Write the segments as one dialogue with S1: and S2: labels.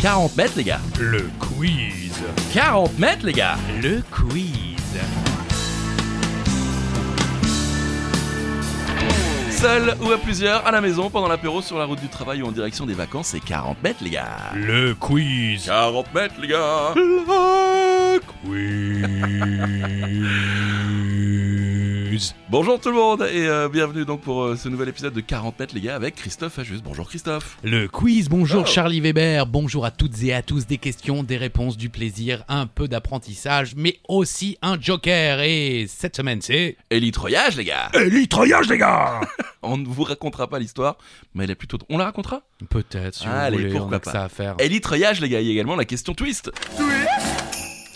S1: 40 mètres, les gars.
S2: Le quiz.
S1: 40 mètres, les gars.
S2: Le quiz.
S1: Seul ou à plusieurs, à la maison, pendant l'apéro, sur la route du travail ou en direction des vacances, c'est 40 mètres, les gars.
S2: Le quiz.
S1: 40 mètres, les gars.
S2: Le quiz.
S1: Bonjour tout le monde et euh, bienvenue donc pour euh, ce nouvel épisode de 40 mètres, les gars, avec Christophe Ajus. Bonjour Christophe.
S2: Le quiz, bonjour.
S1: Oh.
S3: Charlie Weber, bonjour à toutes et à tous, des questions, des réponses, du plaisir, un peu d'apprentissage, mais aussi un joker. Et cette semaine, c'est...
S1: Et l'itroyage, les gars.
S2: Et l'itroyage, les gars
S1: On ne vous racontera pas l'histoire, mais elle est plutôt. On la racontera
S3: Peut-être, si
S1: Allez,
S3: vous voulez,
S1: pourquoi
S3: on a que
S1: pas.
S3: ça à faire.
S1: Et l'itroyage, les gars, il y a également la question twist.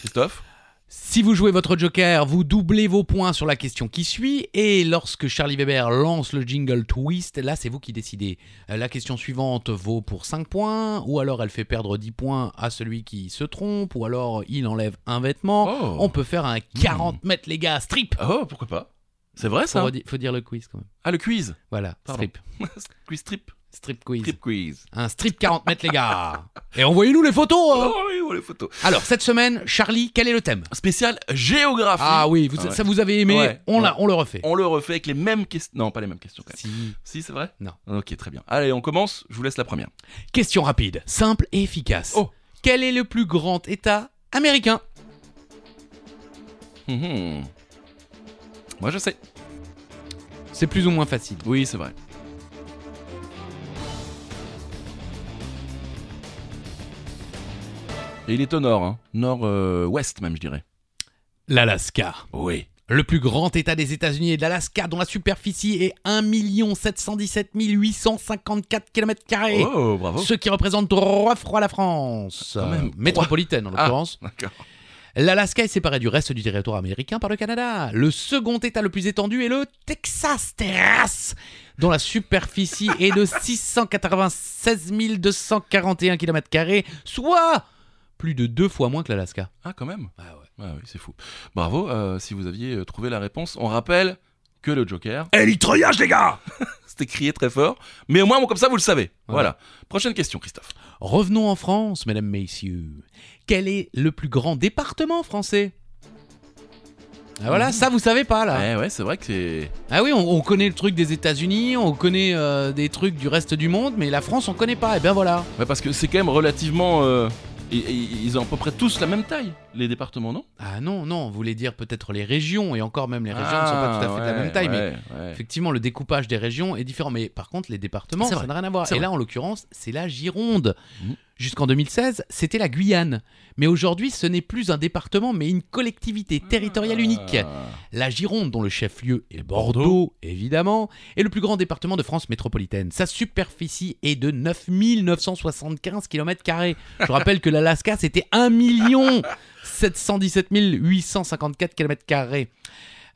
S1: Christophe
S3: Si vous jouez votre joker, vous doublez vos points sur la question qui suit, et lorsque Charlie Weber lance le jingle twist, là c'est vous qui décidez. Euh, La question suivante vaut pour 5 points, ou alors elle fait perdre 10 points à celui qui se trompe, ou alors il enlève un vêtement.
S1: Oh.
S3: On peut faire un 40 mètres les gars, strip
S1: Oh, pourquoi pas C'est vrai
S3: faut,
S1: ça
S3: redi- faut dire le quiz quand même.
S1: Ah, le quiz
S3: Voilà,
S1: Pardon.
S3: strip.
S1: Quiz strip.
S3: Strip quiz.
S1: Strip quiz.
S3: Un strip 40 mètres, les gars. Et envoyez-nous les photos. hein.
S1: Oh, oui, oh, les photos.
S3: Alors, cette semaine, Charlie, quel est le thème
S1: Spécial géographie.
S3: Ah oui, vous-
S1: Ah ouais.
S3: ça vous avez aimé.
S1: Ouais,
S3: on, l'a-
S1: ouais.
S3: on le refait.
S1: On le refait avec les mêmes questions. Non, pas les mêmes questions quand même.
S3: Si.
S1: Si, c'est vrai
S3: Non.
S1: Ok, très bien. Allez, on commence. Je vous laisse la première.
S3: Question rapide, simple et efficace.
S1: Oh.
S3: Quel est le plus grand État américain
S1: Mhm. Moi, je sais.
S3: C'est plus ou moins facile.
S1: Oui, c'est vrai. Et il est au nord, hein. nord-ouest même, je dirais.
S3: L'Alaska.
S1: Oui.
S3: Le plus grand État des États-Unis est de l'Alaska, dont la superficie est 1 717 854 km.
S1: Oh, bravo.
S3: Ce qui représente trois fois la France.
S1: Quand même,
S3: Euh,
S1: trois.
S3: métropolitaine en
S1: Ah.
S3: l'occurrence.
S1: D'accord.
S3: L'Alaska est séparé du reste du territoire américain par le Canada. Le second État le plus étendu est le Texas Terrace, dont la superficie est de 696 241 km, soit plus de deux fois moins que l'Alaska.
S1: Ah, quand même.
S3: Ah ouais.
S1: Ah oui, c'est fou. Bravo, euh, si vous aviez euh, trouvé la réponse. On rappelle que le Joker,
S2: Et l'itroyage, les gars
S1: c'était crié très fort, mais au moins, bon, comme ça, vous le savez.
S3: Ouais.
S1: Voilà. Prochaine question, Christophe.
S3: Revenons en France, mesdames, messieurs. Quel est le plus grand département français ah voilà, ça vous savez pas là.
S1: Eh Ouais, ouais, c'est vrai que c'est...
S3: Ah oui, on, on connaît le truc des États-Unis, on connaît euh, des trucs du reste du monde, mais la France on connaît pas. Et ben voilà.
S1: Ouais, parce que c'est quand même relativement... euh, i- i- Ils ont à peu près tous la même taille, les départements, non
S3: Ah non, non, on voulait dire peut-être les régions, et encore même les régions ne sont
S1: Ah,
S3: pas tout à fait de la même taille, mais effectivement le découpage des régions est différent. Mais par contre, les départements,
S1: C'est
S3: ça
S1: vrai,
S3: n'a rien à voir.
S1: c'est
S3: Et
S1: vrai.
S3: là, en l'occurrence, c'est la Gironde.
S1: Mhm.
S3: Jusqu'en 2016, c'était la Guyane. Mais aujourd'hui, ce n'est plus un département, mais une collectivité
S1: Ah.
S3: territoriale unique. La Gironde, dont le chef-lieu est Bordeaux, évidemment, est le plus grand département de France métropolitaine. Sa superficie est de 9975 km. Je rappelle que l'Alaska, c'était 1 717 854 km.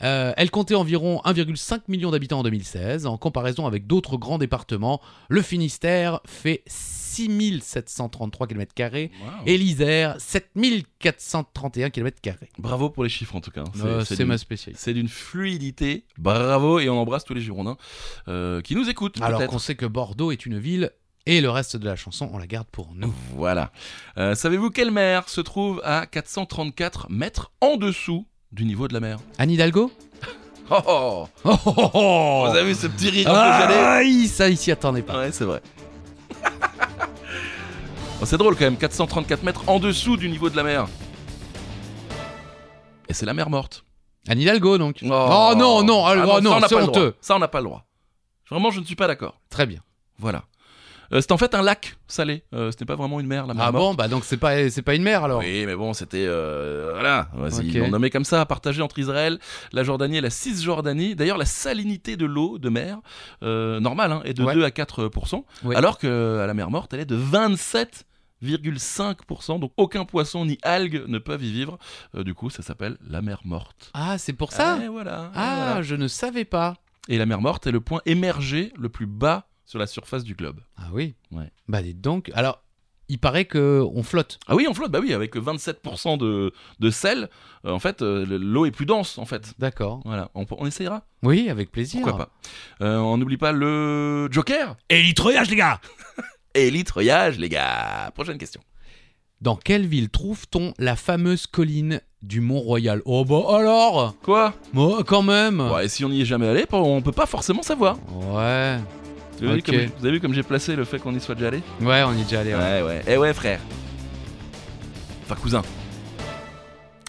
S3: Euh, elle comptait environ 1,5 million d'habitants en 2016. En comparaison avec d'autres grands départements, le Finistère fait 6733 km et l'Isère 7431 km.
S1: Bravo pour les chiffres en tout cas. hein.
S3: C'est
S1: d'une-
S3: ma spécialité.
S1: c'est d'une fluidité. Bravo et on embrasse tous les Girondins euh, qui nous écoutent
S3: Alors
S1: peut-être.
S3: qu'on sait que Bordeaux est une ville et le reste de la chanson, on la garde pour nous.
S1: Voilà. Euh, Savez-vous quelle mer se trouve à 434 mètres en dessous du niveau de la mer
S3: Anne Hidalgo
S1: Oh, oh
S3: Oh, oh, oh, oh
S1: Vous avez vu ce petit rire
S3: Ah.
S1: un peu gelé
S3: Aïe, ça, il s'y attendait pas.
S1: Ouais, c'est vrai. Bon, c'est drôle quand même, 434 mètres en dessous du niveau de la mer. Et c'est la mer morte.
S3: Anne Hidalgo, donc. Oh, non, non,
S1: Ah
S3: oh, non,
S1: ça on n'a
S3: c'est
S1: pas le droit.
S3: honteux.
S1: Ça on n'a pas le droit. Vraiment, je ne suis pas d'accord.
S3: Très bien.
S1: Voilà. Euh, c'est en fait un lac salé. Euh, ce n'est pas vraiment une mer, la mer
S3: Ah
S1: morte.
S3: bon, bah donc c'est pas, c'est pas une mer alors.
S1: Oui, mais bon, c'était. euh, voilà. Vas-y,
S3: Ok.
S1: Ils l'ont nommé comme ça, partagé entre Israël, la Jordanie et la Cisjordanie. D'ailleurs, la salinité de l'eau de mer, euh, normale, hein, est de
S3: Ouais.
S1: 2 à 4%,
S3: Ouais.
S1: alors que euh, à la mer morte, elle est de 27,5%. donc aucun poisson ni algue ne peuvent y vivre. Euh, du coup, ça s'appelle la mer morte.
S3: Ah, c'est pour ça
S1: Eh, voilà, eh,
S3: Ah,
S1: voilà.
S3: je ne savais pas.
S1: Et la mer morte est le point émergé le plus bas sur la surface du globe.
S3: Ah oui.
S1: Ouais.
S3: Bah dites donc, alors, il paraît que on flotte.
S1: Ah oui, on flotte, bah oui, avec 27% de, de sel, euh, en fait, euh, l'eau est plus dense, en fait.
S3: D'accord.
S1: Voilà, on, on essayera.
S3: Oui, avec plaisir.
S1: Pourquoi pas Euh, On n'oublie pas le Joker
S2: Et l'itroyage, les gars
S1: et l'itroyage, les gars. Prochaine question.
S3: Dans quelle ville trouve-t-on la fameuse colline du Mont Royal Oh bah alors
S1: Quoi
S3: Oh, Quand même
S1: Ouais, et si on n'y est jamais allé, on peut pas forcément savoir.
S3: Ouais.
S1: Vous avez,
S3: Ok.
S1: vu, comme, vous avez vu comme j'ai placé le fait qu'on y soit déjà allé
S3: Ouais, on y est déjà allé.
S1: Ouais,
S3: ouais.
S1: ouais. Eh ouais, frère. Enfin, cousin.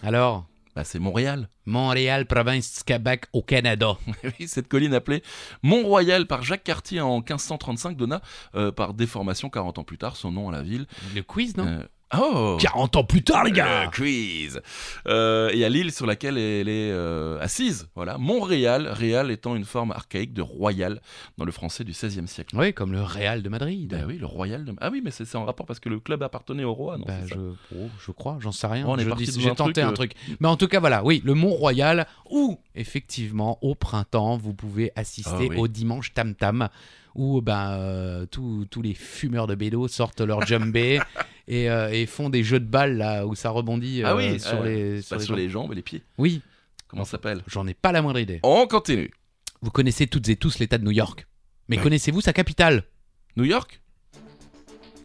S3: Alors
S1: Bah, c'est Montréal. Eh
S3: Montréal, province du Québec, au Canada.
S1: Oui, Cette colline appelée Mont-Royal par Jacques Cartier en 1535 donna, euh, par déformation 40 ans plus tard, son nom à la ville.
S3: Le quiz, non
S1: Euh, oh
S2: 40 ans plus tard, les gars
S1: Le quiz Euh, Et à l'île sur laquelle elle est euh, assise, voilà, Montréal, réal étant une forme archaïque de royal dans le français du XVIe siècle.
S3: Oui, comme le Real de Madrid.
S1: Bah oui, le royal de... Ah oui, mais c'est c'est en rapport parce que le club appartenait au roi, non
S3: Bah,
S1: c'est ça
S3: je, oh, je crois, j'en sais rien.
S1: Oh, on est
S3: Je
S1: parti
S3: dis-
S1: dans
S3: J'ai
S1: un
S3: tenté
S1: truc,
S3: un
S1: euh,
S3: truc. Mais en tout cas, voilà, oui, le Mont Royal, où effectivement, au printemps, vous pouvez assister
S1: Ah oui.
S3: au dimanche Tam Tam, où ben, euh, tous tous les fumeurs de bédo sortent leur jumbé et, euh, et font des jeux de balles là où ça rebondit
S1: Ah
S3: euh,
S1: oui,
S3: sur,
S1: euh,
S3: les,
S1: Pas
S3: sur
S1: sur
S3: les gens.
S1: les jambes et les pieds.
S3: Oui,
S1: Comment ça s'appelle
S3: j'en ai pas la moindre idée.
S1: On continue.
S3: Vous connaissez toutes et tous l'État de New York. Mais
S1: Ouais.
S3: connaissez-vous sa capitale
S1: New York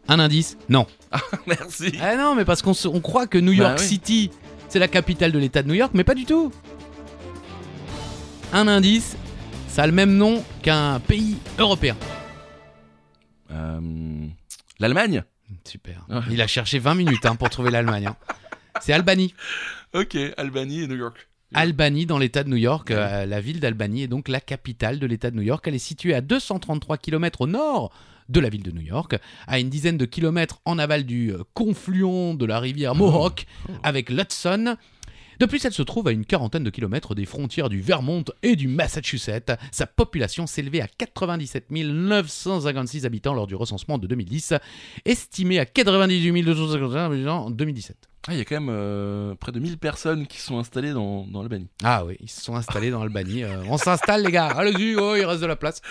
S3: Un indice Non. Bah
S1: Merci.
S3: Ah non, mais parce qu'on se- on croit que New York
S1: oui.
S3: City, c'est la capitale de l'État de New York, mais pas du tout. Un indice, ça a le même nom qu'un pays européen.
S1: Euh, L'Allemagne
S3: Super.
S1: Ouais.
S3: Il a cherché 20 minutes hein, pour trouver l'Allemagne. hein. C'est Albanie.
S1: Ok, Albanie et New York.
S3: Albanie dans l'État de New York.
S1: Ouais.
S3: Euh, la ville d'Albanie est donc la capitale de l'État de New York. Elle est située à 233 km au nord de la ville de New York, à une dizaine de kilomètres en aval du euh, confluent de la rivière Mohawk avec l'Hudson. De plus, elle se trouve à une quarantaine de kilomètres des frontières du Vermont et du Massachusetts. Sa population s'élevait à 97 956 habitants lors du recensement de 2010, estimée à 98 251 habitants en 2017.
S1: Ah, il y a quand même euh, près de 1000 personnes qui sont installées dans, dans l'Albanie.
S3: Ah oui, ils se sont installés dans l'Albanie. Euh, on s'installe, les gars. Allez-y, oh, il reste de la place.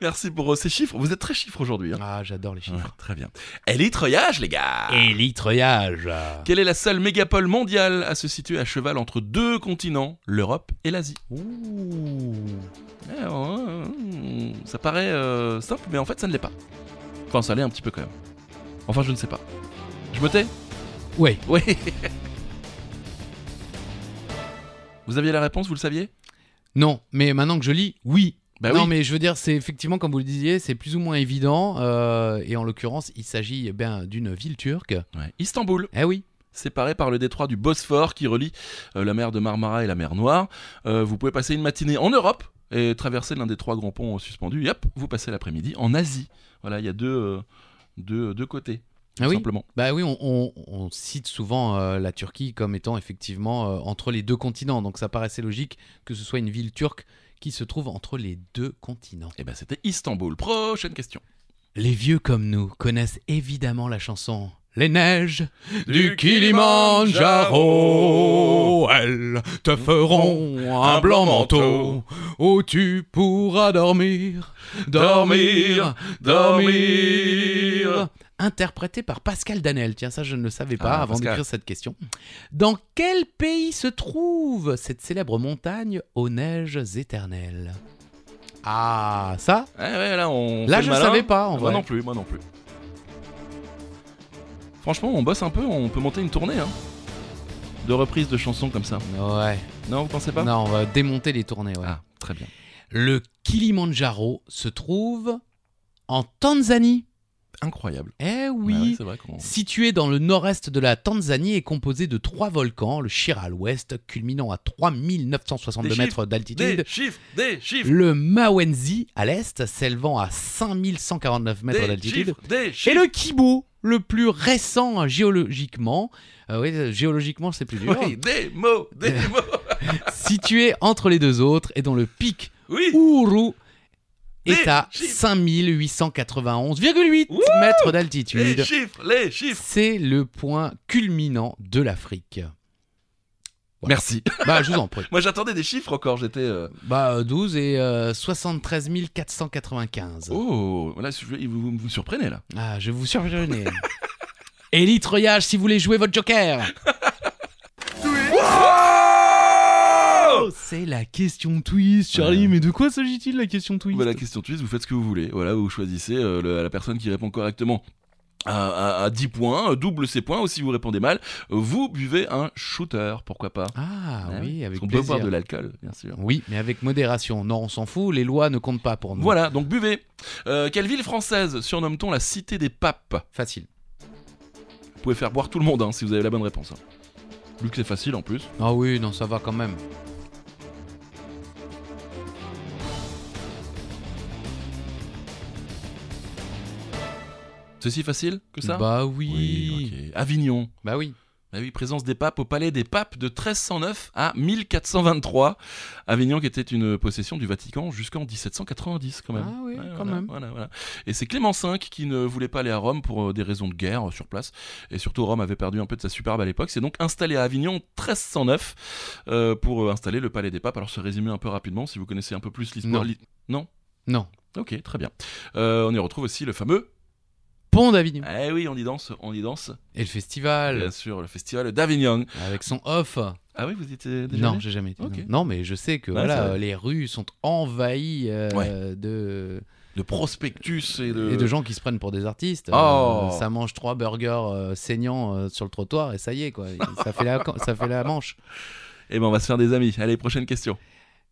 S1: Merci pour euh, ces chiffres. Vous êtes très chiffres aujourd'hui. hein.
S3: Ah, j'adore les
S1: Ouais,
S3: chiffres.
S1: très bien. Et l'itreuillage, les gars
S3: Et l'itreillage.
S1: Quelle est la seule mégapole mondiale à se situer à cheval entre deux continents, l'Europe et l'Asie
S3: Ouh.
S1: Ah, ouais, ouais, ouais. Ça paraît euh, simple, mais en fait, ça ne l'est pas. Enfin, ça l'est un petit peu quand même. Enfin, je ne sais pas. Je me tais
S3: Ouais.
S1: Oui. Vous aviez la réponse, vous le saviez
S3: Non, mais maintenant que je lis, oui.
S1: Bah
S3: non,
S1: oui.
S3: mais je veux dire, c'est effectivement, comme vous le disiez, c'est plus ou moins évident. euh, et en l'occurrence, il s'agit eh bien d'une ville turque.
S1: Ouais. Istanbul,
S3: Eh oui.
S1: séparée par le détroit du Bosphore qui relie euh, la mer de Marmara et la mer Noire. Euh, vous pouvez passer une matinée en Europe et traverser l'un des trois grands ponts suspendus. Et hop, vous passez l'après-midi en Asie. Voilà, il y a deux, euh, deux, deux côtés,
S3: Ah
S1: tout
S3: oui.
S1: simplement.
S3: Bah oui, on, on- on cite souvent euh, la Turquie comme étant effectivement euh, entre les deux continents. Donc ça paraissait logique que ce soit une ville turque qui se trouve entre les deux continents.
S1: Et ben c'était Istanbul. Prochaine question.
S3: Les vieux comme nous connaissent évidemment la chanson Les neiges du
S1: Du
S3: Kilimanjaro, elles te feront un blanc manteau où tu pourras dormir, dormir, dormir. Interprété par Pascal Danel. Tiens, ça je ne le savais pas
S1: Ah,
S3: avant
S1: Pascal.
S3: d'écrire cette question. Dans quel pays se trouve cette célèbre montagne aux neiges éternelles Ah, ça
S1: Ouais, ouais, là, on
S3: Là
S1: fait
S3: je
S1: le malin. Ah
S3: ne
S1: bah
S3: savais pas en
S1: Moi
S3: vrai.
S1: non plus, moi non plus. Franchement, on bosse un peu, on peut monter une tournée. Hein, de reprises de chansons comme ça.
S3: Ouais.
S1: Non, vous pensez pas
S3: Non, on va démonter les tournées. ouais.
S1: Ah, très bien.
S3: Le Kilimanjaro se trouve en Tanzanie.
S1: Incroyable.
S3: Eh
S1: Ah ouais,
S3: oui.
S1: c'est vrai qu'on.
S3: Situé dans le nord-est de la Tanzanie et composé de trois volcans, le Shira à l'ouest, culminant à 3962
S1: Des
S3: mètres d'altitude,
S1: chiffres, des chiffres,
S3: le Mawenzi à l'est, s'élevant à 5149 mètres d'altitude,
S1: des
S3: et le Kibo, le plus récent géologiquement. Euh, oui, euh, géologiquement, c'est plus dur.
S1: des mots,
S3: des
S1: mots.
S3: Situé entre les deux autres et dont le pic
S1: Oui.
S3: Ouru est
S1: Les
S3: à
S1: chiffres.
S3: 5891,8 mètres d'altitude.
S1: chiffres, les chiffres.
S3: C'est le point culminant de l'Afrique. Voilà.
S1: Merci.
S3: Bah, je vous en prie.
S1: Moi j'attendais des chiffres encore, j'étais. euh,
S3: Bah, euh, 12 et euh, 73 495.
S1: Oh, là je- vous, vous me surprenez là.
S3: Ah, je vous survenais. Et l'itreillage si vous voulez jouer votre joker. Oh, C'est la question twist, Charlie.
S1: Ouais.
S3: Mais de quoi s'agit-il la question twist
S1: Bah, la question twist, vous faites ce que vous voulez. Voilà, vous choisissez euh, le- la personne qui répond correctement à, à- à 10 points, euh, double ces points, ou si vous répondez mal, euh, vous buvez un shooter, pourquoi pas.
S3: Ah
S1: Ouais,
S3: oui, avec
S1: Parce qu'on peut
S3: plaisir.
S1: boire de l'alcool, bien sûr.
S3: Oui, mais avec modération. Non, on s'en fout, les lois ne comptent pas pour nous.
S1: Voilà, donc buvez. Euh, quelle ville française surnomme-t-on la cité des papes
S3: Facile.
S1: Vous pouvez faire boire tout le monde hein, si vous avez la bonne réponse. hein. Vu que c'est facile en plus.
S3: Ah oui, non, ça va quand même.
S1: C'est si facile que ça
S3: Bah oui.
S1: ok. Avignon.
S3: Bah oui.
S1: Bah oui, présence des papes au palais des papes de 1309 à 1423. Avignon qui était une possession du Vatican jusqu'en 1790 quand même.
S3: Ah oui,
S1: Ouais,
S3: quand
S1: voilà,
S3: même.
S1: voilà, voilà. Et c'est Clément V qui ne voulait pas aller à Rome pour euh, des raisons de guerre euh, sur place. Et surtout, Rome avait perdu un peu de sa superbe à l'époque. C'est donc installé à Avignon en 1309 euh, pour euh, installer le palais des papes. Alors, se résumer un peu rapidement, si vous connaissez un peu plus l'histoire.
S3: Non.
S1: li-
S3: Non.
S1: Ok, très bien. Euh, on y retrouve aussi le fameux.
S3: Pont d'Avignon.
S1: Eh oui, on y danse, on y danse.
S3: Et le festival,
S1: Bien sûr, le festival d'Avignon.
S3: avec son off.
S1: Ah oui, vous y étiez déjà
S3: Non,
S1: allé
S3: j'ai jamais été.
S1: Ok.
S3: Non. Non, mais je sais que
S1: Ouais, c'est
S3: voilà,
S1: vrai.
S3: euh, les rues sont envahies euh,
S1: Bah, Ouais.
S3: de...
S1: de prospectus et de.
S3: et de gens qui se prennent pour des artistes.
S1: Oh.
S3: ça mange trois burgers euh, saignants euh, sur le trottoir et ça y est, quoi. ça, fait la, ça fait la manche.
S1: Eh ben, on va se faire des amis. Allez, prochaine question.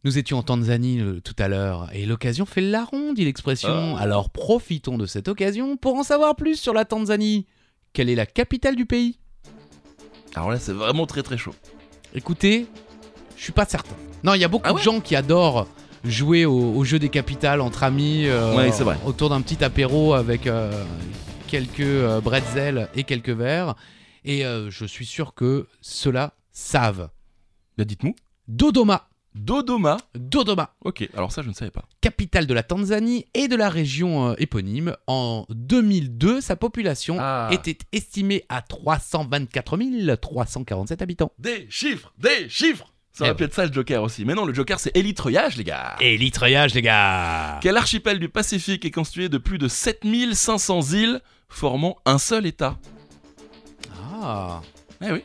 S3: Nous étions en Tanzanie euh, tout à l'heure et l'occasion fait la ronde, dit l'expression.
S1: Oh.
S3: Alors profitons de cette occasion pour en savoir plus sur la Tanzanie. Quelle est la capitale du pays
S1: Alors là, c'est vraiment très très chaud.
S3: Écoutez, je suis pas certain. Non, il y a beaucoup
S1: Ah ouais
S3: de gens qui adorent jouer au, au jeu des capitales entre amis euh,
S1: Ouais, c'est vrai.
S3: autour d'un petit apéro avec euh, quelques euh, bretzels et quelques verres. Et euh, je suis sûr que ceux-là savent.
S1: Bah, dites-nous.
S3: Dodoma,
S1: Dodoma.
S3: Dodoma,
S1: Ok, alors ça, je ne savais pas.
S3: capitale de la Tanzanie et de la région euh, éponyme. En 2002, sa population
S1: Ah.
S3: était estimée à 324 347 habitants.
S1: Des chiffres, des chiffres Ça aurait
S3: Eh
S1: pu être ça le Joker aussi. Mais non, le Joker, c'est élitreillage, les gars
S3: Et l'itrayage, les gars
S1: Quel archipel du Pacifique est constitué de plus de 7500 îles formant un seul État
S3: Ah
S1: Eh oui.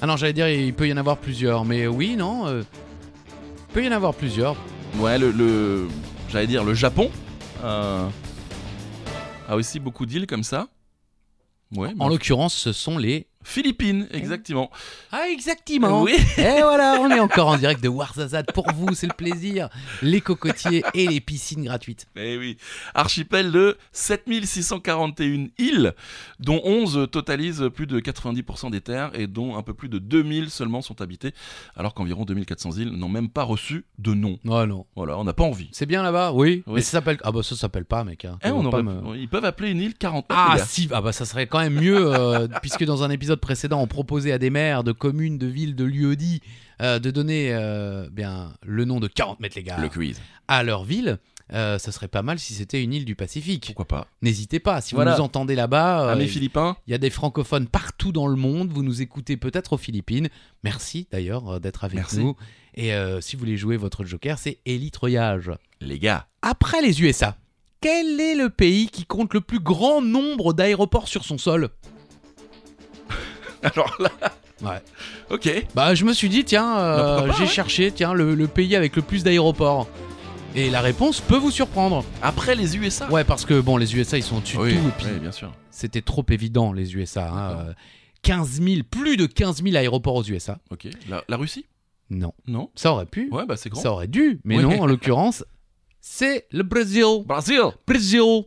S3: Ah non, j'allais dire, il peut y en avoir plusieurs, mais oui, non. euh, il peut y en avoir plusieurs.
S1: Ouais, le. le- J'allais dire le Japon euh, a aussi beaucoup d'îles comme ça. Ouais,
S3: En
S1: mais-
S3: l'occurrence, ce sont les.
S1: Philippines, exactement.
S3: Ah, exactement
S1: Oui
S3: Et voilà, on est encore en direct de Warzazad pour vous, c'est le plaisir. Les cocotiers et les piscines gratuites.
S1: Eh oui, archipel de 7641 îles, dont 11 totalisent plus de 90% des terres et dont un peu plus de 2000 seulement sont habitées, alors qu'environ 2400 îles n'ont même pas reçu de nom.
S3: Oh non.
S1: Voilà, on n'a pas envie.
S3: C'est bien là-bas, oui.
S1: Oui.
S3: Mais ça s'appelle. Ah bah ça s'appelle pas, mec. hein.
S1: Eh,
S3: Ça
S1: on
S3: va pas
S1: aurait-
S3: me-
S1: Ils peuvent appeler une île 49.
S3: Ah
S1: les gars.
S3: si, ah bah ça serait quand même mieux, euh, puisque dans un épisode précédent, on proposait à des maires de communes, de villes, de lieux dits euh, de donner euh, bien le nom de 40 mètres, les gars.
S1: Le quiz.
S3: à leur ville, euh, ça serait pas mal si c'était une île du Pacifique.
S1: Pourquoi pas
S3: N'hésitez pas, si
S1: Voilà. Ah,
S3: vous nous entendez là-bas, euh,
S1: Amis
S3: il
S1: philippins,
S3: y a des francophones partout dans le monde, vous nous écoutez peut-être aux Philippines. Merci d'ailleurs euh, d'être avec
S1: Merci.
S3: nous. Et euh, si vous voulez jouer votre joker, c'est Elite Royage.
S1: les gars,
S3: Après les USA, quel est le pays qui compte le plus grand nombre d'aéroports sur son sol
S1: alors là,
S3: Ouais.
S1: ok,
S3: Bah je me suis dit, tiens, euh,
S1: Bah, pourquoi pas,
S3: j'ai
S1: ouais.
S3: cherché, tiens, le- le pays avec le plus d'aéroports. Et la réponse peut vous surprendre.
S1: après les USA.
S3: Ouais, parce que bon, les USA, ils sont au-dessus
S1: Ah. oui,
S3: de tout. Et puis,
S1: oui, bien sûr.
S3: c'était trop évident les USA. hein.
S1: D'accord.
S3: Euh, 15 000, plus de 15 000 aéroports aux USA.
S1: Ok, la, la Russie
S3: Non,
S1: Non
S3: ça aurait pu,
S1: Ouais, bah c'est grand.
S3: ça aurait dû, mais
S1: Oui.
S3: non, en l'occurrence, c'est le Brésil.
S1: Brésil
S3: Ah Brésil.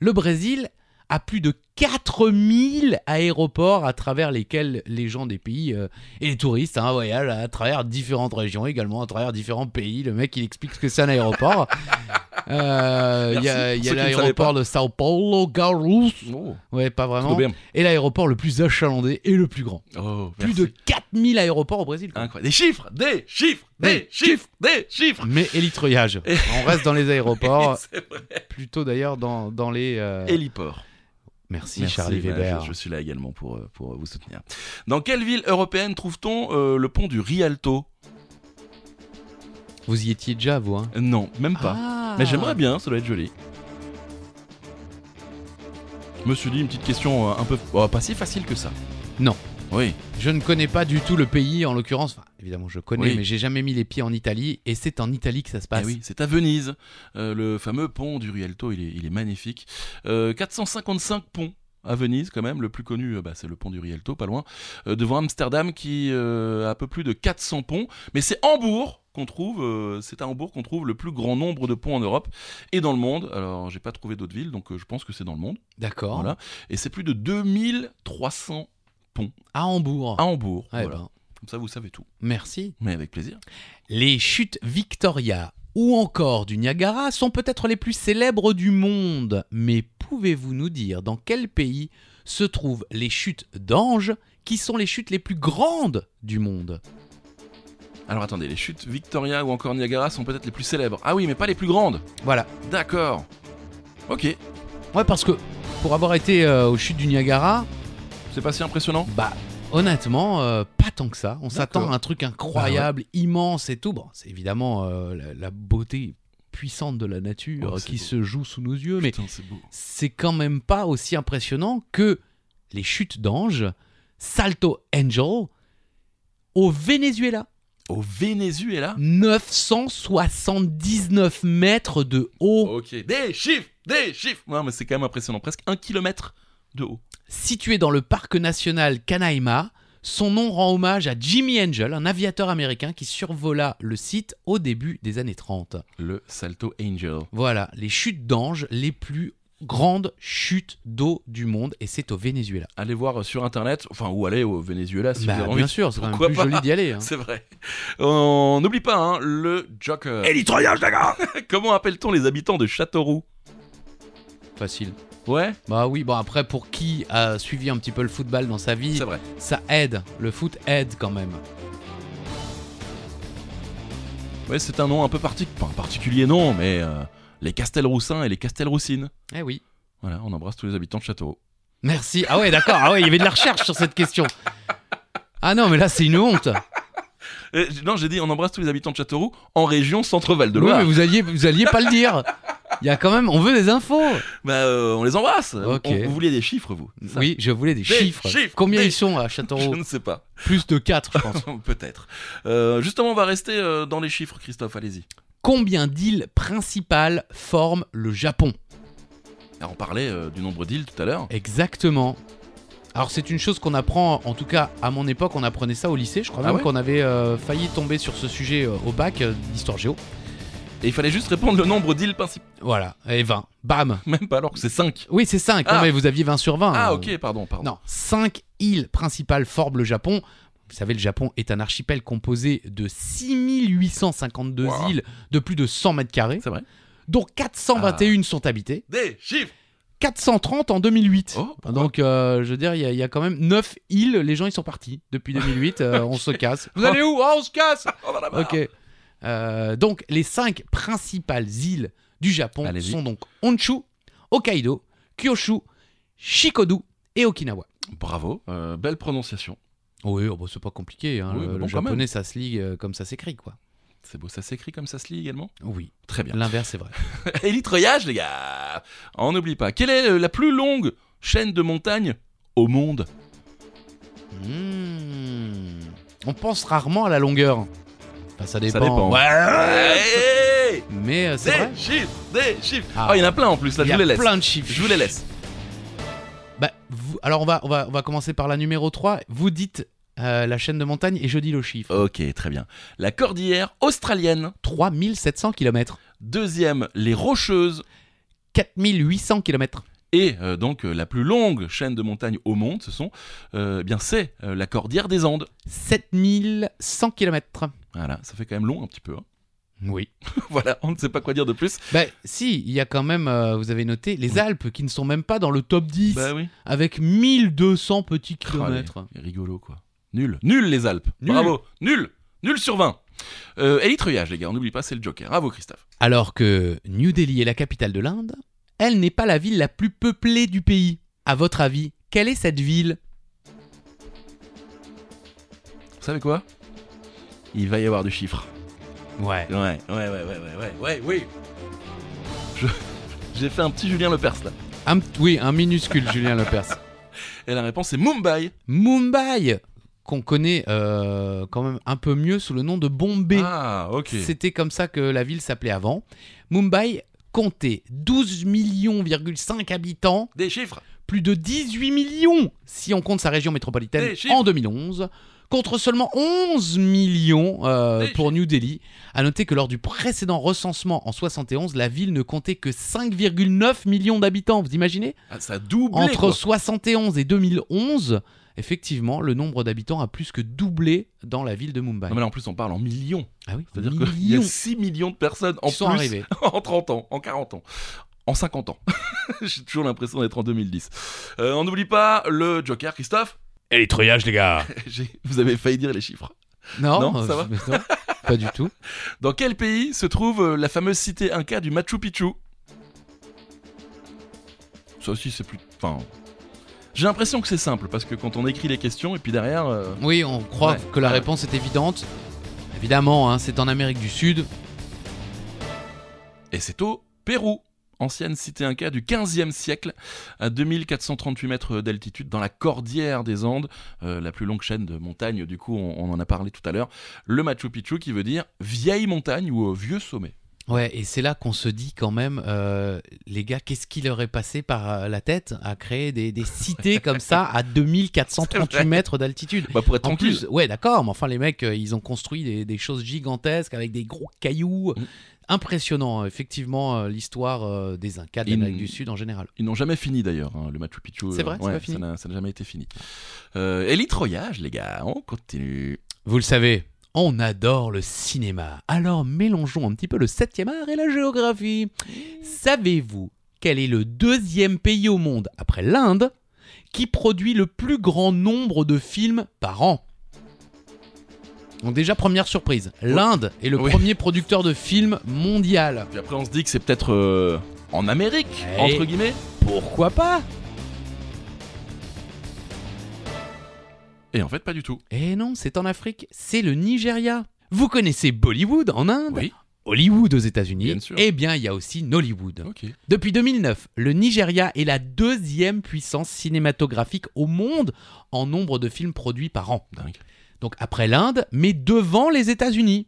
S3: Le Brésil a plus de 4 000 aéroports à travers lesquels les gens des pays euh, et les touristes hein, voyagent à travers différentes régions, également à travers différents pays. Le mec, il explique ce que c'est un aéroport. Euh, Il y a,
S1: Merci,
S3: il y a
S1: pour ceux qui ne savaient pas.
S3: l'aéroport de Sao Paulo, Garros.
S1: Oh,
S3: Ouais, pas
S1: trop
S3: vraiment.
S1: bien.
S3: Et l'aéroport le plus achalandé et le plus grand.
S1: Oh,
S3: Plus
S1: merci.
S3: de 4000 aéroports au Brésil. quoi.
S1: Incroyable. Des chiffres, des chiffres, des,
S3: Des
S1: chiffres, des chiffres.
S3: Mais élitreillage.
S1: Et-
S3: On reste dans les aéroports,
S1: C'est vrai.
S3: plutôt d'ailleurs dans, dans les. euh,
S1: Héliport.
S3: Merci,
S1: Merci,
S3: Charlie
S1: bah,
S3: Weber.
S1: Je, je suis là également pour, euh, pour vous soutenir. Dans quelle ville européenne trouve-t-on euh, le pont du Rialto
S3: Vous y étiez déjà, vous. Hein
S1: Euh, Non, même pas.
S3: Ah.
S1: Mais j'aimerais bien, ça doit être joli. Je me suis dit une petite question euh, un peu. oh, pas si facile que ça.
S3: Non.
S1: Oui.
S3: Je ne connais pas du tout le pays, en l'occurrence. Enfin, évidemment, je connais,
S1: Oui.
S3: mais j'ai jamais mis les pieds en Italie. Et c'est en Italie que ça se
S1: Eh
S3: passe.
S1: oui, c'est à Venise. Euh, le fameux pont du Rialto, il est, il est magnifique. Euh, 455 ponts à Venise quand même. Le plus connu, euh, bah, c'est le pont du Rialto, pas loin. Euh, devant Amsterdam qui euh, a un peu plus de 400 ponts. Mais c'est Hambourg qu'on trouve, euh, c'est à Hambourg qu'on trouve le plus grand nombre de ponts en Europe et dans le monde. Alors, j'ai pas trouvé d'autres villes, donc euh, je pense que c'est dans le monde.
S3: D'accord.
S1: Voilà. Et c'est plus de 2300
S3: À Hambourg.
S1: à Hambourg.
S3: Ouais,
S1: Voilà.
S3: ben,
S1: Comme ça, vous savez tout.
S3: merci.
S1: Mais avec plaisir.
S3: Les chutes Victoria ou encore du Niagara sont peut-être les plus célèbres du monde, mais pouvez-vous nous dire dans quel pays se trouvent les chutes d'Ange qui sont les chutes les plus grandes du monde
S1: Alors attendez, les chutes Victoria ou encore Niagara sont peut-être les plus célèbres. Ah oui, mais pas les plus grandes.
S3: Voilà.
S1: D'accord. Ok,
S3: Ouais, parce que pour avoir été euh, aux chutes du Niagara,
S1: c'est pas si impressionnant.
S3: bah honnêtement, euh, pas tant que ça. On s'attend à un truc incroyable,
S1: Bah
S3: immense et tout. Bon, c'est évidemment euh, la, la beauté puissante de la nature euh,
S1: Oh, c'est
S3: qui
S1: beau.
S3: se joue sous nos yeux, mais
S1: Putain, c'est beau.
S3: c'est quand même pas aussi impressionnant que les chutes d'anges, Salto Angel, au Venezuela.
S1: Au Venezuela
S3: 979 mètres de haut,
S1: Ok, des chiffres, des chiffres. Non, mais c'est quand même impressionnant. Presque un kilomètre de haut.
S3: situé dans le parc national Canaima. Son nom rend hommage à Jimmy Angel, un aviateur américain qui survola le site au début des années 30.
S1: Le Salto Angel.
S3: Voilà, les chutes d'anges, les plus grandes chutes d'eau du monde, et c'est au Venezuela.
S1: Allez voir sur internet, enfin, ou allez au Venezuela si vous
S3: Bah,
S1: avez envie.
S3: bien sûr, c'est quand même
S1: Pourquoi
S3: plus
S1: pas
S3: joli d'y aller. hein.
S1: C'est vrai. On n'oublie pas, hein, le Joker.
S2: Et l'itoyage, les gars
S1: Comment appelle-t-on les habitants de Châteauroux
S3: Facile.
S1: Ouais,
S3: Bah oui, bon après pour qui a suivi un petit peu le football dans sa vie,
S1: c'est vrai.
S3: ça aide, le foot aide quand même.
S1: Ouais, c'est un nom un peu parti- pas un particulier, non, mais euh, les Castelroussins et les Castelroussines.
S3: Eh oui.
S1: Voilà, on embrasse tous les habitants de Châteauroux.
S3: Merci. Ah ouais, d'accord. Ah ouais, il y avait de la recherche sur cette question. Ah non, mais là c'est une honte.
S1: Euh, j- non, j'ai dit on embrasse tous les habitants de Châteauroux en région Centre-Val de
S3: Oui,
S1: Loire.
S3: mais vous alliez vous alliez pas le dire. Il y a quand même on veut des infos.
S1: Bah, euh, on les embrasse.
S3: Ok.
S1: On- vous vouliez des chiffres, vous Ça,
S3: Oui, je voulais des, chiffres.
S1: chiffres,
S3: Combien
S1: des
S3: ils sont à
S1: Je
S3: Châteauroux
S1: ne sais pas.
S3: Plus de 4, je pense.
S1: Peut-être. Euh, justement, on va rester euh, dans les chiffres, Christophe. Allez-y.
S3: Combien d'îles principales forment le Japon
S1: Alors, on parlait euh, du nombre d'îles tout à l'heure.
S3: Exactement. Alors c'est une chose qu'on apprend, en tout cas à mon époque, on apprenait ça au lycée. Je crois
S1: Ah
S3: même
S1: ouais
S3: qu'on avait euh, failli tomber sur ce sujet euh, au bac euh, d'histoire géo.
S1: Et il fallait juste répondre le nombre d'îles principales.
S3: Voilà, et 20. Bam
S1: Même pas alors que c'est 5.
S3: Oui c'est 5,
S1: Ah.
S3: non mais vous aviez 20 sur 20.
S1: Ah,
S3: euh.
S1: ok, pardon, pardon.
S3: Non, 5 îles principales forment le Japon. Vous savez, le Japon est un archipel composé de 6852
S1: Wow.
S3: îles de plus de 100 mètres carrés,
S1: C'est vrai.
S3: dont 421
S1: Ah.
S3: sont habitées,
S1: Des chiffres
S3: 430 en 2008.
S1: Oh, pourquoi
S3: Donc, euh, je veux dire, il y, a- il y a quand même 9 îles. Les gens, ils sont partis depuis 2008. euh, on se casse. Vous allez où Ah, On se casse
S1: Oh, bah, là, bah.
S3: Ok. Euh, donc, les 5 principales îles du Japon
S1: Allez-y.
S3: sont donc Honshu, Hokkaido, Kyushu, Shikoku et Okinawa.
S1: Bravo, euh, belle prononciation.
S3: Oui, oh, bah, c'est pas compliqué. hein.
S1: Oui, mais
S3: le
S1: bon,
S3: le
S1: quand même.
S3: japonais, ça se lit euh, comme ça s'écrit, quoi.
S1: C'est beau, ça s'écrit comme ça se lit également
S3: Oui,
S1: Très bien.
S3: l'inverse est vrai.
S1: Et litreuillage, les gars On n'oublie pas. Quelle est euh, la plus longue chaîne de montagne au monde
S3: Hmm. On pense rarement à la longueur. Enfin, Bah, ça dépend.
S1: dépend.
S3: Eh ben, Ouais,
S1: Ouais
S3: mais euh, c'est vrai.
S1: Des chiffres, des chiffres. Ah,
S3: Ah.
S1: il y en a plein en plus, là,
S3: Il y
S1: je vous
S3: a
S1: les laisse.
S3: plein de chiffres.
S1: Je vous les laisse.
S3: Bah, vous- alors on va, on, va, on va commencer par la numéro 3. Vous dites euh, la chaîne de montagne et je dis le chiffre.
S1: Ok, très bien. La cordillère australienne.
S3: 3700 km.
S1: Deuxième, les Rocheuses.
S3: 4800 km.
S1: Et euh, donc, euh, la plus longue chaîne de montagne au monde, ce sont, euh, eh bien, c'est euh, la cordillère des Andes.
S3: 7100 km.
S1: Voilà, ça fait quand même long un petit peu. hein.
S3: Oui.
S1: voilà, on ne sait pas quoi dire de plus.
S3: Bah, si, il y a quand même, euh, vous avez noté, les Alpes qui ne sont même pas dans le top 10
S1: Bah oui.
S3: avec 1200 petits kilomètres.
S1: Kilomètres. Rigolo, quoi. Nul. Nul, les Alpes.
S3: Nul.
S1: Bravo. Nul. Nul sur 20. Euh, et l'itreillage, les gars, on n'oublie pas, c'est le Joker. Bravo, Christophe.
S3: Alors que New Delhi est la capitale de l'Inde, elle n'est pas la ville la plus peuplée du pays. À votre avis, quelle est cette ville
S1: Vous savez quoi Il va y avoir du chiffre.
S3: Ouais.
S1: Ouais, ouais, ouais, ouais, ouais, ouais, ouais, oui. Je- J'ai fait un petit Julien Lepers, là.
S3: oui, un minuscule Julien Lepers.
S1: Et la réponse est Mumbai.
S3: Mumbai, qu'on connaît euh, quand même un peu mieux sous le nom de Bombay.
S1: Ah, ok.
S3: C'était comme ça que la ville s'appelait avant. Mumbai comptait 12 millions,5 habitants,
S1: Des chiffres.
S3: plus de 18 millions si on compte sa région métropolitaine
S1: Des chiffres.
S3: en 2011, contre seulement 11 millions euh,
S1: Des
S3: pour New Delhi. À noter que lors du précédent recensement en 71, la ville ne comptait que 5,9 millions d'habitants, vous imaginez
S1: Ah, ça a doublé.
S3: Entre
S1: quoi.
S3: 71 et 2011, effectivement, le nombre d'habitants a plus que doublé dans la ville de Mumbai.
S1: Non, mais là, en plus, on parle en millions.
S3: Ah oui,
S1: C'est-à-dire qu'il y
S3: millions
S1: a 6 millions de personnes en
S3: qui sont
S1: plus
S3: arrivés.
S1: en 30 ans, en 40 ans, en 50 ans. J'ai toujours l'impression d'être en 2010. Euh, on n'oublie pas le Joker, Christophe.
S2: Et les treillages, les gars
S1: J'ai- Vous avez failli dire les chiffres.
S3: Non,
S1: Non, ça
S3: euh,
S1: va
S3: mais non, pas du tout.
S1: Dans quel pays se trouve euh, la fameuse cité Inca du Machu Picchu Ça aussi, c'est plus. Enfin. J'ai l'impression que c'est simple parce que quand on écrit les questions et puis derrière. euh,
S3: Oui, on croit
S1: Ouais.
S3: que la
S1: Ah ouais.
S3: réponse est évidente. Évidemment, hein, c'est en Amérique du Sud.
S1: Et c'est au Pérou, ancienne cité inca du 15e siècle, à 2438 mètres d'altitude, dans la cordillère des Andes, euh, la plus longue chaîne de montagnes, du coup on, on en a parlé tout à l'heure, le Machu Picchu qui veut dire vieille montagne ou euh, vieux sommet.
S3: Ouais, et c'est là qu'on se dit quand même, euh, les gars, qu'est-ce qui leur est passé par euh, la tête à créer des, des cités comme ça à 2438 mètres d'altitude
S1: Bah, pour être
S3: En
S1: tranquille.
S3: plus, ouais, d'accord, mais enfin, les mecs, euh, ils ont construit des, des choses gigantesques avec des gros cailloux.
S1: Mm.
S3: Impressionnant, euh, effectivement, euh, l'histoire euh, des Incas, de
S1: Et
S3: l'Amérique
S1: nous-
S3: du Sud en général.
S1: Ils n'ont jamais fini d'ailleurs, hein, le Machu Picchu.
S3: C'est vrai, c'est
S1: ouais,
S3: pas fini.
S1: ça n'a- Ça n'a jamais été fini. Euh, et l'itroyage, les gars, on continue.
S3: Vous le savez, on adore le cinéma. Alors mélangeons un petit peu le septième art et la géographie. Savez-vous quel est le deuxième pays au monde, après l'Inde, qui produit le plus grand nombre de films par an donc déjà première surprise, l'Inde est le
S1: Oui.
S3: premier producteur de films mondial.
S1: Puis après on se dit que c'est peut-être euh, en Amérique,
S3: Ouais.
S1: entre guillemets.
S3: Pourquoi pas
S1: Et en fait pas du tout.
S3: Eh non, c'est en Afrique, c'est le Nigeria. Vous connaissez Bollywood en Inde,
S1: Oui,
S3: Hollywood aux
S1: Bien
S3: États-Unis,
S1: sûr.
S3: eh bien il y a aussi Nollywood.
S1: ok.
S3: Depuis 2009, le Nigeria est la deuxième puissance cinématographique au monde en nombre de films produits par an.
S1: Dingue.
S3: Donc après l'Inde, mais devant les États-Unis.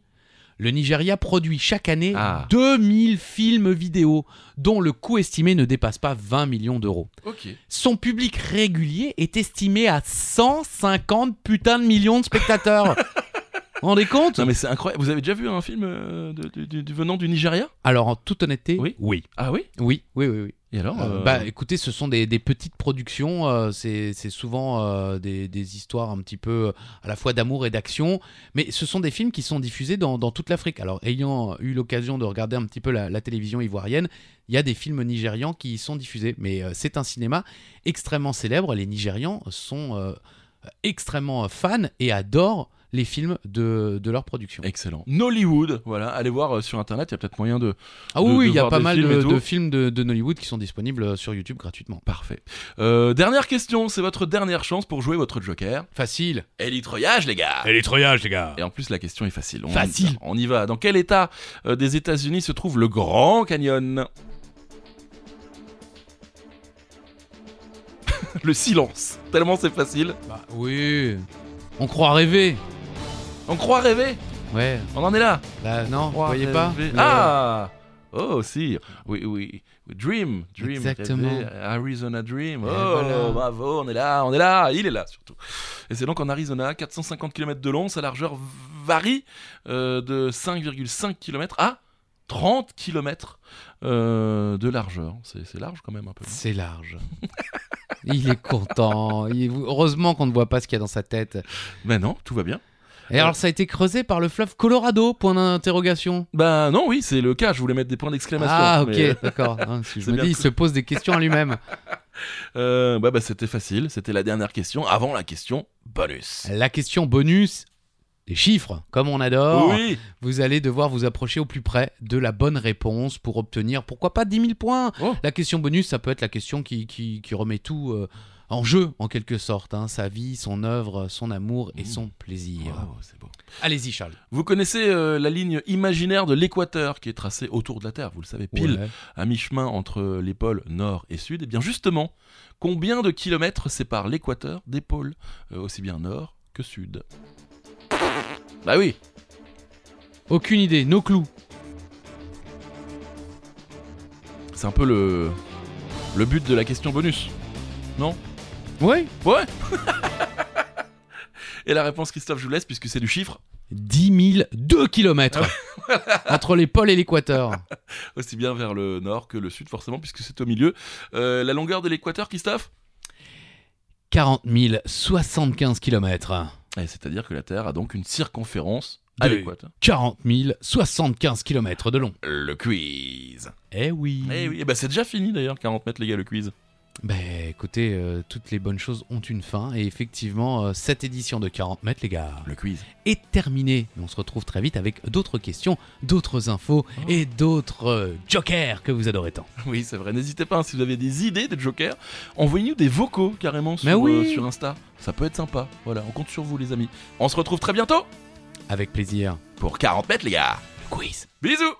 S3: Le Nigeria produit chaque année
S1: Ah.
S3: 2000 films vidéo, dont le coût estimé ne dépasse pas 20 millions d'euros.
S1: Ok.
S3: Son public régulier est estimé à 150 putains de millions de spectateurs. Vous vous rendez compte
S1: Non mais c'est incroyable. Vous avez déjà vu un film euh, de- du- du- du- venant du Nigeria
S3: Alors en toute honnêteté,
S1: Oui.
S3: oui,
S1: Ah oui
S3: oui, oui, oui. oui.
S1: Et alors
S3: Euh,
S1: euh,
S3: Bah écoutez, ce sont des, des petites productions, euh, c'est c'est souvent euh, des, des histoires un petit peu euh, à la fois d'amour et d'action, mais ce sont des films qui sont diffusés dans, dans toute l'Afrique. Alors ayant eu l'occasion de regarder un petit peu la, la télévision ivoirienne, il y a des films nigérians qui y sont diffusés, mais euh, c'est un cinéma extrêmement célèbre, les Nigérians sont euh, extrêmement fans et adorent les films de, de leur production.
S1: Excellent. Nollywood, voilà. Allez voir euh, sur internet, il y a peut-être moyen de.
S3: Ah oui,
S1: de-
S3: oui,
S1: de
S3: il y a
S1: voir
S3: pas
S1: des
S3: mal
S1: films et
S3: de,
S1: tout.
S3: de films de, de Nollywood qui sont disponibles sur YouTube gratuitement.
S1: Parfait. Euh, dernière question, c'est votre dernière chance pour jouer votre Joker.
S3: Facile
S1: Et l'itroyage, les gars
S2: Et les treillages, les gars
S1: Et en plus, la question est facile. On-
S3: Facile.
S1: On y va. Dans quel état euh, des États-Unis se trouve le Grand Canyon Le silence. Tellement c'est facile.
S3: Bah oui, on croit rêver.
S1: On croit rêver.
S3: Ouais,
S1: On en est là.
S3: bah non, vous
S1: Croire
S3: voyez pas
S1: rêver.
S3: Mais,
S1: Ah Oh, si Oui, oui. Dream, Dream.
S3: Exactement.
S1: rêver, Arizona Dream.
S3: Et
S1: Oh,
S3: voilà.
S1: bravo, on est là, on est là, il est là surtout. Et c'est donc en Arizona, 450 km de long, sa largeur varie euh, de 5,5 km à 30 km de largeur. C'est c'est large quand même un peu.
S3: euh, C'est large. Il est content. Il- Heureusement qu'on ne voit pas ce qu'il y a dans sa tête.
S1: Mais non, tout va bien.
S3: Et alors, ça a été creusé par le fleuve Colorado Point d'interrogation.
S1: Bah non, oui, c'est le cas, je voulais mettre des points d'exclamation.
S3: Ah, ok,
S1: mais, euh,
S3: d'accord. Hein, si je
S1: C'est
S3: me
S1: bien
S3: dis, il
S1: tout.
S3: se pose des questions à lui-même.
S1: euh, bah, bah, c'était facile, c'était la dernière question, avant la question bonus.
S3: La question bonus des chiffres, comme on adore.
S1: Oui
S3: Vous allez devoir vous approcher au plus près de la bonne réponse pour obtenir, pourquoi pas, 10 000 points.
S1: Oh.
S3: La question bonus, ça peut être la question qui, qui, qui remet tout euh, en jeu, en quelque sorte, hein, sa vie, son œuvre, son amour et son plaisir.
S1: Bravo, c'est beau.
S3: Allez-y, Charles.
S1: Vous connaissez euh, la ligne imaginaire de l'équateur qui est tracée autour de la Terre, vous le savez, pile
S3: Ouais.
S1: à mi-chemin entre les pôles nord et sud. Et bien justement, combien de kilomètres séparent l'équateur des pôles, euh, aussi bien nord que sud Bah oui,
S3: Aucune idée, nos clous.
S1: c'est un peu le, le but de la question bonus.
S3: Ouais.
S1: Ouais Et la réponse, Christophe, je vous laisse puisque c'est du chiffre,
S3: 10 000, 2 kilomètres entre les pôles et l'équateur.
S1: aussi bien vers le nord que le sud, forcément, puisque c'est au milieu. Euh, la longueur de l'équateur, Christophe
S3: 40 000, 75 kilomètres.
S1: Eh, C'est-à-dire que la Terre a donc une circonférence
S3: De-
S1: à l'équateur.
S3: 40 000, 75 kilomètres de long.
S1: Le quiz
S3: Eh oui.
S1: Eh oui, eh ben c'est déjà fini d'ailleurs, 40 mètres les gars, le quiz.
S3: Ben écoutez, euh, toutes les bonnes choses ont une fin et effectivement, euh, cette édition de 40 mètres, les gars,
S1: Le quiz.
S3: est terminée. On se retrouve très vite avec d'autres questions, d'autres infos et d'autres euh, jokers que vous adorez tant.
S1: Oui, c'est vrai. N'hésitez pas, hein, si vous avez des idées de Joker, envoyez-nous des vocaux carrément
S3: Mais
S1: sur,
S3: oui.
S1: euh, sur Insta. Ça peut être sympa. Voilà, on compte sur vous les amis. On se retrouve très bientôt
S3: Avec plaisir.
S1: pour 40 mètres les gars.
S3: Quiz.
S1: Bisous